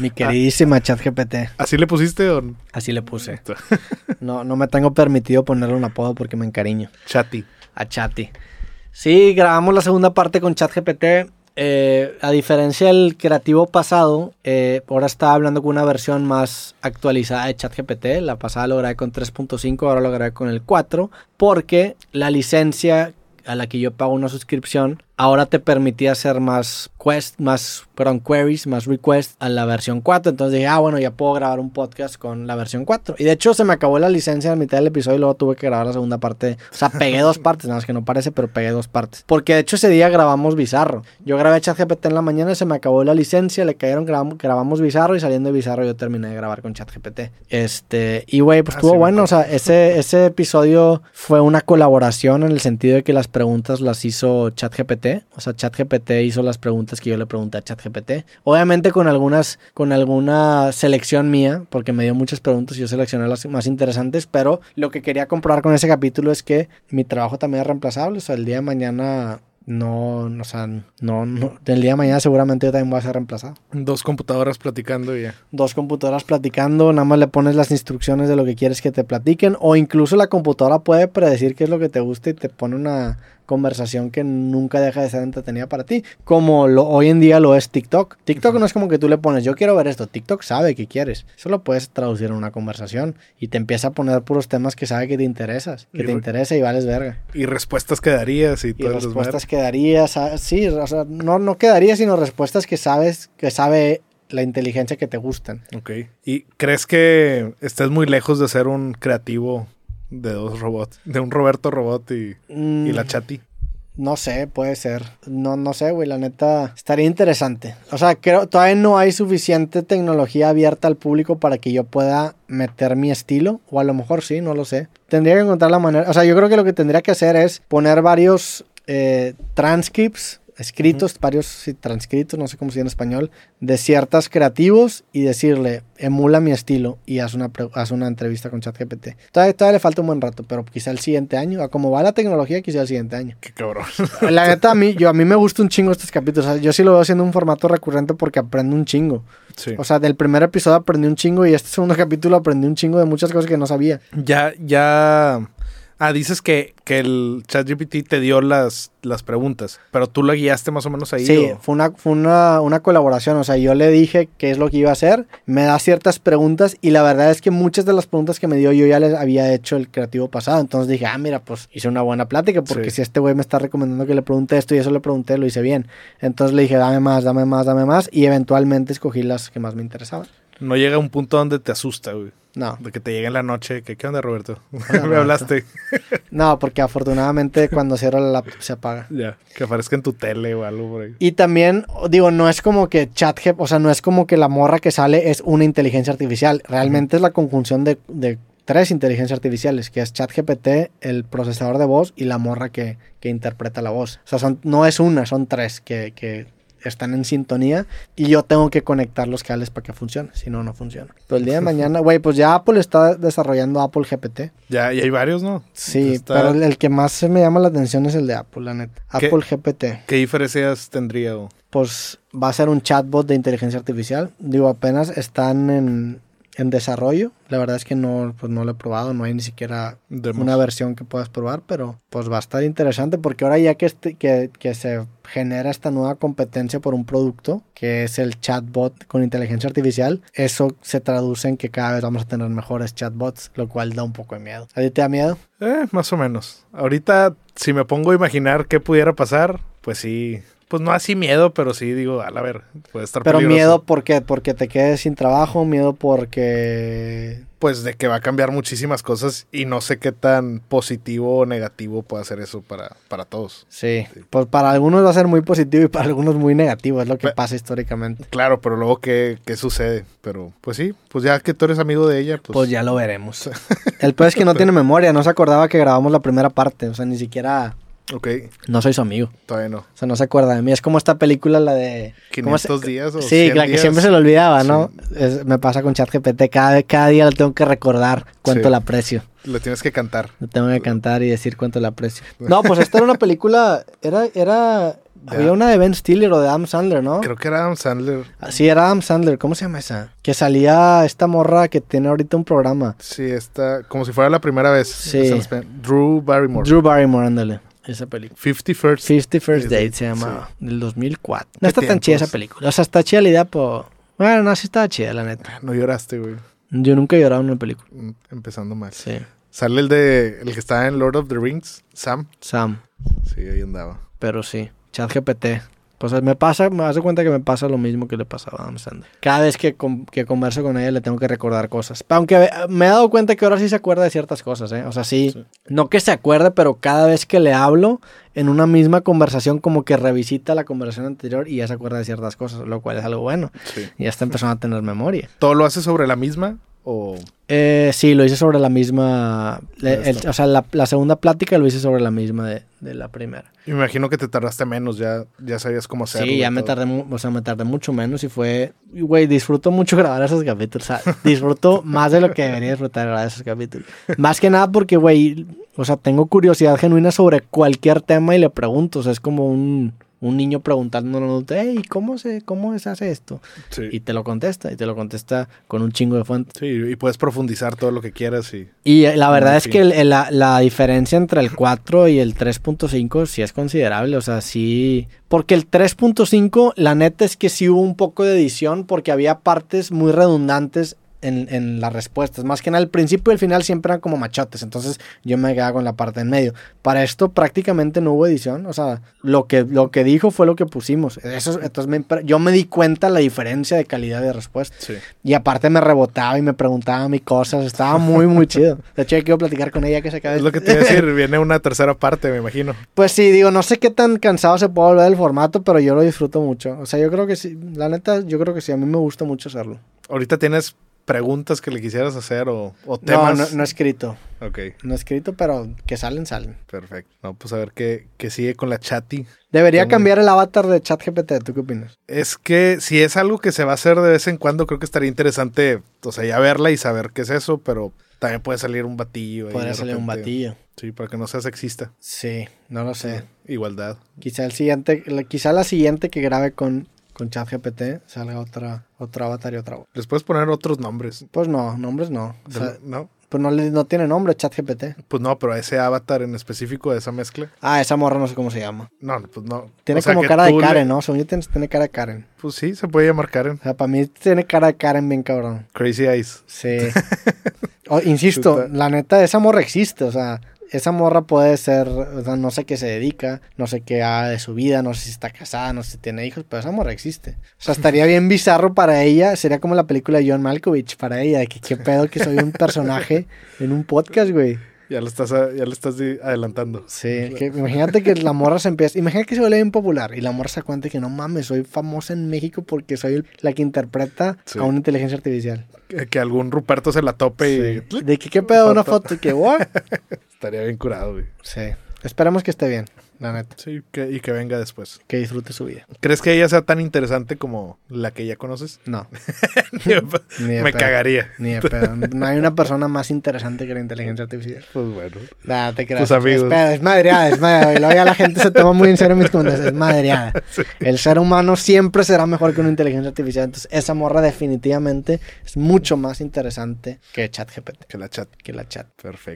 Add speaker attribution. Speaker 1: Mi queridísima ChatGPT.
Speaker 2: ¿Así le pusiste o no?
Speaker 1: Ah. Así le puse. No, no me tengo permitido ponerle un apodo porque me encariño.
Speaker 2: Chatty?
Speaker 1: A Chatty. Sí, grabamos la segunda parte con ChatGPT. Eh, a diferencia del creativo pasado, eh, ahora está hablando con una versión más actualizada de ChatGPT. La pasada lo grabé con 3.5, ahora lo grabé con el 4, porque la licencia a la que yo pago una suscripción, ahora te permitía hacer más quest, más, perdón, queries, más requests a la versión 4. Entonces dije, ah, bueno, ya puedo grabar un podcast con la versión 4. Y de hecho se me acabó la licencia en mitad del episodio y luego tuve que grabar la segunda parte. O sea, pegué dos partes, nada más que no parece, pero pegué dos partes. Porque de hecho ese día grabamos Bizarro. Yo grabé ChatGPT en la mañana, se me acabó la licencia, le cayeron, grabamos, grabamos Bizarro y saliendo de Bizarro yo terminé de grabar con ChatGPT. Este, y güey, pues
Speaker 2: Ah,
Speaker 1: estuvo
Speaker 2: sí, me
Speaker 1: bueno, o sea, ese, ese episodio fue una colaboración en el sentido de que las preguntas las hizo ChatGPT. O sea, ChatGPT hizo las preguntas que yo le pregunté a ChatGPT. Obviamente con algunas, con alguna selección mía, porque me dio muchas preguntas y yo seleccioné las más interesantes, pero lo que quería comprobar con ese capítulo es que mi trabajo también es reemplazable. O sea, el día de mañana no, no, o sea, no, no, el día de mañana seguramente yo también voy a ser reemplazado
Speaker 2: Dos computadoras platicando y ya.
Speaker 1: dos computadoras platicando, nada más le pones las instrucciones de lo que quieres que te platiquen, o incluso la computadora puede predecir qué es lo que te gusta y te pone una conversación que nunca deja de ser entretenida para ti, como lo, hoy en día lo es TikTok. TikTok no es como que tú le pones, yo quiero ver esto, TikTok sabe que quieres, eso lo puedes traducir en una conversación y te empieza a poner puros temas que sabe que te interesas, que
Speaker 2: Y
Speaker 1: te
Speaker 2: re-
Speaker 1: interesa y vales verga.
Speaker 2: Y respuestas que darías y,
Speaker 1: Y
Speaker 2: todas las
Speaker 1: respuestas que darías, ah, sí, o sea, no, no quedaría, sino respuestas que sabes, que sabe la inteligencia que te gustan.
Speaker 2: Ok. ¿Y crees que estás muy lejos de ser un creativo de dos robots? De un Roberto Robot y, y la
Speaker 1: Mm.
Speaker 2: Chati.
Speaker 1: No sé, puede ser. No, no sé, güey, la neta estaría interesante. O sea, creo todavía no hay suficiente tecnología abierta al público para que yo pueda meter mi estilo. O a lo mejor sí, no lo sé. Tendría que encontrar la manera. O sea, yo creo que lo que tendría que hacer es poner varios eh, transcripts escritos, varios sí, transcritos, no sé cómo se dice en español, de ciertas creativos y decirle, emula mi estilo y haz una, pre- haz una entrevista con ChatGPT. Todavía, todavía le falta un buen rato, pero quizá el siguiente año, a como va la tecnología, quizá el siguiente año.
Speaker 2: Qué cabrón.
Speaker 1: La neta, a mí, yo, a mí me gusta un chingo estos capítulos. O sea, yo sí lo veo haciendo un formato recurrente porque aprendo un chingo.
Speaker 2: Sí.
Speaker 1: O sea, del primer episodio aprendí un chingo y este segundo capítulo aprendí un chingo de muchas cosas que no sabía.
Speaker 2: Ya, ya. Ah, dices que, que el ChatGPT te dio las, las preguntas, pero tú la guiaste más o menos ahí.
Speaker 1: Sí,
Speaker 2: o-
Speaker 1: fue, una, fue una, una colaboración. O sea, yo le dije qué es lo que iba a hacer, me da ciertas preguntas y la verdad es que muchas de las preguntas que me dio yo ya les había hecho el creativo pasado. Entonces dije, ah, mira, pues hice una buena plática porque
Speaker 2: Sí.
Speaker 1: si este güey me está recomendando que le pregunte esto y eso le pregunté, lo hice bien. Entonces le dije, dame más, dame más, dame más y eventualmente escogí las que más me interesaban.
Speaker 2: No llega a un punto donde te asusta, güey.
Speaker 1: No.
Speaker 2: De que te llegue en la noche. Que, ¿Qué onda, Roberto? Me
Speaker 1: Roberto.
Speaker 2: hablaste.
Speaker 1: No, porque afortunadamente cuando cierro la laptop se apaga.
Speaker 2: Ya. Que aparezca en tu tele o algo por ahí.
Speaker 1: Y también, digo, no es como que ChatGPT, o sea, no es como que la morra que sale es una inteligencia artificial. Realmente es la conjunción de, de tres inteligencias artificiales, que es ChatGPT, el procesador de voz y la morra que, que interpreta la voz. O sea, son- no es una, son tres que, que están en sintonía y yo tengo que conectar los cables para que funcione. Si no, no funciona. Pero el día de mañana, güey, pues ya Apple está desarrollando Apple GPT.
Speaker 2: Ya, y hay varios, ¿no?
Speaker 1: Sí,
Speaker 2: Está-
Speaker 1: pero el, el que más se me llama la atención es el de Apple, la neta.
Speaker 2: ¿Qué?
Speaker 1: Apple GPT.
Speaker 2: ¿Qué diferencias tendría? o-
Speaker 1: Pues va a ser un chatbot de inteligencia artificial. Digo, apenas están en, en desarrollo. La verdad es que no, pues no lo he probado, no hay ni siquiera
Speaker 2: Demos.
Speaker 1: una versión que puedas probar, pero pues va a estar interesante porque ahora ya que, este- que, que se genera esta nueva competencia por un producto, que es el chatbot con inteligencia artificial, eso se traduce en que cada vez vamos a tener mejores chatbots, lo cual da un poco de miedo. ¿A ti te da miedo?
Speaker 2: Eh, más o menos. Ahorita, si me pongo a imaginar qué pudiera pasar, pues sí. Pues no así miedo, pero sí digo, a la ver, puede estar
Speaker 1: Pero
Speaker 2: peligroso.
Speaker 1: miedo porque, porque te quedes sin trabajo, miedo porque
Speaker 2: Pues de que va a cambiar muchísimas cosas y no sé qué tan positivo o negativo puede ser eso para, para todos.
Speaker 1: Sí, pues para algunos va a ser muy positivo y para algunos muy negativo, es lo que
Speaker 2: Pe-
Speaker 1: pasa históricamente.
Speaker 2: Claro, pero luego qué, qué sucede. Pero pues sí, pues ya que tú eres amigo de ella, pues,
Speaker 1: ya lo veremos. El peor es que no tiene memoria, no se acordaba que grabamos la primera parte, o sea, ni siquiera
Speaker 2: Ok,
Speaker 1: no soy su amigo.
Speaker 2: todavía no.
Speaker 1: O sea, no se acuerda de mí. Es como esta película, la de... ¿cómo se-
Speaker 2: 500 días o
Speaker 1: Sí,
Speaker 2: 100
Speaker 1: la que
Speaker 2: días.
Speaker 1: siempre se le olvidaba, ¿no?
Speaker 2: Sí.
Speaker 1: Es- me pasa con ChatGPT. Cada, cada día le tengo que recordar cuánto
Speaker 2: Sí.
Speaker 1: la aprecio.
Speaker 2: Lo tienes que cantar.
Speaker 1: Le tengo que cantar y decir cuánto la aprecio. No, pues esta era una película. Era, era Había una de Ben Stiller o de Adam Sandler, ¿no?
Speaker 2: Creo que era Adam Sandler.
Speaker 1: Ah, Sí, era Adam Sandler. ¿Cómo se llama esa? Que salía esta morra que tiene ahorita un programa.
Speaker 2: Sí, está como si fuera la primera vez.
Speaker 1: Sí.
Speaker 2: Se nos pe- Drew Barrymore.
Speaker 1: Drew Barrymore, ándale. Esa película.
Speaker 2: 50 First.
Speaker 1: 50 First
Speaker 2: Sí,
Speaker 1: Date
Speaker 2: sí.
Speaker 1: se llamaba. Del 2004. No está tan
Speaker 2: tiempos?
Speaker 1: chida esa película. O sea, está chida la idea, pero... Bueno, no, sí estaba chida, la neta.
Speaker 2: No lloraste, güey.
Speaker 1: Yo nunca he llorado en una película.
Speaker 2: Mm, Empezando mal.
Speaker 1: Sí.
Speaker 2: Sale el de el que está en Lord of the Rings, Sam.
Speaker 1: Sam.
Speaker 2: Sí, ahí andaba.
Speaker 1: Pero sí, ChatGPT. Pues me pasa, me hace cuenta que me pasa lo mismo que le pasaba a Adam Sandler. Cada vez que, con- que converso con ella le tengo que recordar cosas. Aunque eh, me he dado cuenta que ahora sí se acuerda de ciertas cosas, ¿eh? O sea, sí,
Speaker 2: Sí.
Speaker 1: no que se acuerde, pero cada vez que le hablo en una misma conversación como que revisita la conversación anterior y ya se acuerda de ciertas cosas, lo cual es algo bueno.
Speaker 2: Sí.
Speaker 1: Ya está empezando a tener memoria.
Speaker 2: ¿Todo lo hace sobre la misma? O.
Speaker 1: Eh, sí, lo hice sobre la misma... le-
Speaker 2: Ya está.
Speaker 1: el- o sea, la, la segunda plática lo hice sobre la misma de- de la primera.
Speaker 2: Me imagino que te tardaste menos, ya, ya sabías cómo hacerlo.
Speaker 1: Sí,
Speaker 2: y
Speaker 1: ya me
Speaker 2: todo.
Speaker 1: tardé, mu- o sea, me tardé mucho menos y fue, y, güey, disfruto mucho grabar esos capítulos, o sea, disfruto más de lo que debería disfrutar grabar esos capítulos. Más que nada porque, güey, o sea, tengo curiosidad genuina sobre cualquier tema y le pregunto, o sea, es como un, un niño preguntándonos, hey, ¿cómo se, cómo se hace esto?
Speaker 2: Sí.
Speaker 1: Y te lo contesta, y te lo contesta con un chingo de fuentes.
Speaker 2: Sí, y puedes profundizar todo lo que quieras y
Speaker 1: Y eh, la verdad
Speaker 2: Muy
Speaker 1: es que el- el- la, la diferencia entre el 4 y el 3.5 sí es considerable, o sea, sí... Porque el 3.5, la neta es que sí hubo un poco de edición porque había partes muy redundantes en, en las respuestas. Más que nada, el principio y el final siempre eran como machotes, entonces yo me quedaba con la parte en medio. Para esto prácticamente no hubo edición, o sea, lo que, lo que dijo fue lo que pusimos. Eso, es- entonces me impre- yo me di cuenta la diferencia de calidad de respuesta.
Speaker 2: sí.
Speaker 1: Y aparte me rebotaba y me preguntaba mis cosas. Estaba muy, muy chido. De hecho, yo quiero platicar con ella que se acabe.
Speaker 2: Es lo que te iba a decir, viene una tercera parte, me imagino.
Speaker 1: Pues sí, digo, no sé qué tan cansado se puede volver el formato, pero yo lo disfruto mucho. O sea, yo creo que sí. La neta, yo creo que sí. A mí me gusta mucho hacerlo.
Speaker 2: Ahorita tienes preguntas que le quisieras hacer o, o
Speaker 1: No,
Speaker 2: temas.
Speaker 1: no, no escrito.
Speaker 2: Ok,
Speaker 1: No escrito, pero que salen, salen.
Speaker 2: perfecto. No, pues a ver qué, qué sigue con la chati.
Speaker 1: Debería
Speaker 2: Está muy-
Speaker 1: cambiar el avatar de ChatGPT. ¿Tú qué opinas?
Speaker 2: Es que si es algo que se va a hacer de vez en cuando, creo que estaría interesante, o sea, ya verla y saber qué es eso, pero también puede salir un batillo. ahí
Speaker 1: Podría
Speaker 2: de
Speaker 1: salir un
Speaker 2: repente.
Speaker 1: batillo.
Speaker 2: Sí, para que no sea sexista.
Speaker 1: Sí, no lo sé.
Speaker 2: Igualdad.
Speaker 1: Quizá el siguiente, la- quizá la siguiente que grabe con, con ChatGPT salga otra, otro avatar y otra voz.
Speaker 2: Les puedes poner otros nombres.
Speaker 1: Pues no, nombres no. O
Speaker 2: De-
Speaker 1: sea,
Speaker 2: ¿No?
Speaker 1: Pues no, le- no tiene nombre, ChatGPT.
Speaker 2: Pues no, pero a ese avatar en específico, a esa mezcla.
Speaker 1: Ah, esa morra no sé cómo se llama.
Speaker 2: No, no, pues no.
Speaker 1: Tiene
Speaker 2: O sea,
Speaker 1: como
Speaker 2: que
Speaker 1: cara de
Speaker 2: tú le-
Speaker 1: Karen, ¿no? Según yo, tiene, tiene cara de Karen.
Speaker 2: Pues sí, se puede llamar Karen.
Speaker 1: O sea, para mí tiene cara de Karen bien cabrón.
Speaker 2: Crazy Eyes.
Speaker 1: Sí. O, insisto,
Speaker 2: Chuta.
Speaker 1: la neta, esa morra existe. O sea, esa morra puede ser, o sea, no sé qué se dedica, no sé qué haga de su vida, no sé si está casada, no sé si tiene hijos, pero esa morra existe. O sea, estaría bien bizarro para ella. Sería como la película de John Malkovich para ella, de que qué pedo que soy un personaje en un podcast, güey.
Speaker 2: Ya lo estás, a- ya lo estás di- adelantando.
Speaker 1: Sí, que imagínate que la morra se empieza. Imagínate que se vuelve bien popular y la morra se da cuenta que no mames, soy famosa en México porque soy el- la que interpreta
Speaker 2: Sí.
Speaker 1: a una inteligencia artificial.
Speaker 2: Que, que algún Ruperto se la tope y
Speaker 1: Sí. De que qué pedo una
Speaker 2: Foto.
Speaker 1: foto y que what?
Speaker 2: estaría bien curado, güey.
Speaker 1: Sí. Esperemos que esté bien, la neta.
Speaker 2: Sí, que- y que venga después.
Speaker 1: Que disfrute su vida.
Speaker 2: ¿Crees que ella sea tan interesante como la que ya conoces?
Speaker 1: No. Ni de
Speaker 2: Me
Speaker 1: pedo.
Speaker 2: cagaría.
Speaker 1: Ni de pedo. No hay una persona más interesante que la inteligencia artificial.
Speaker 2: Pues bueno.
Speaker 1: Nah, te creas.
Speaker 2: Tus amigos.
Speaker 1: Es, pedo, es madreada, es madreada. Y luego ya la gente se toma muy en serio mis comentarios. Es madreada. El ser humano siempre será mejor que una inteligencia artificial. Entonces, esa morra definitivamente es mucho más interesante que ChatGPT,
Speaker 2: Que la chat.
Speaker 1: que la chat.
Speaker 2: Perfecto.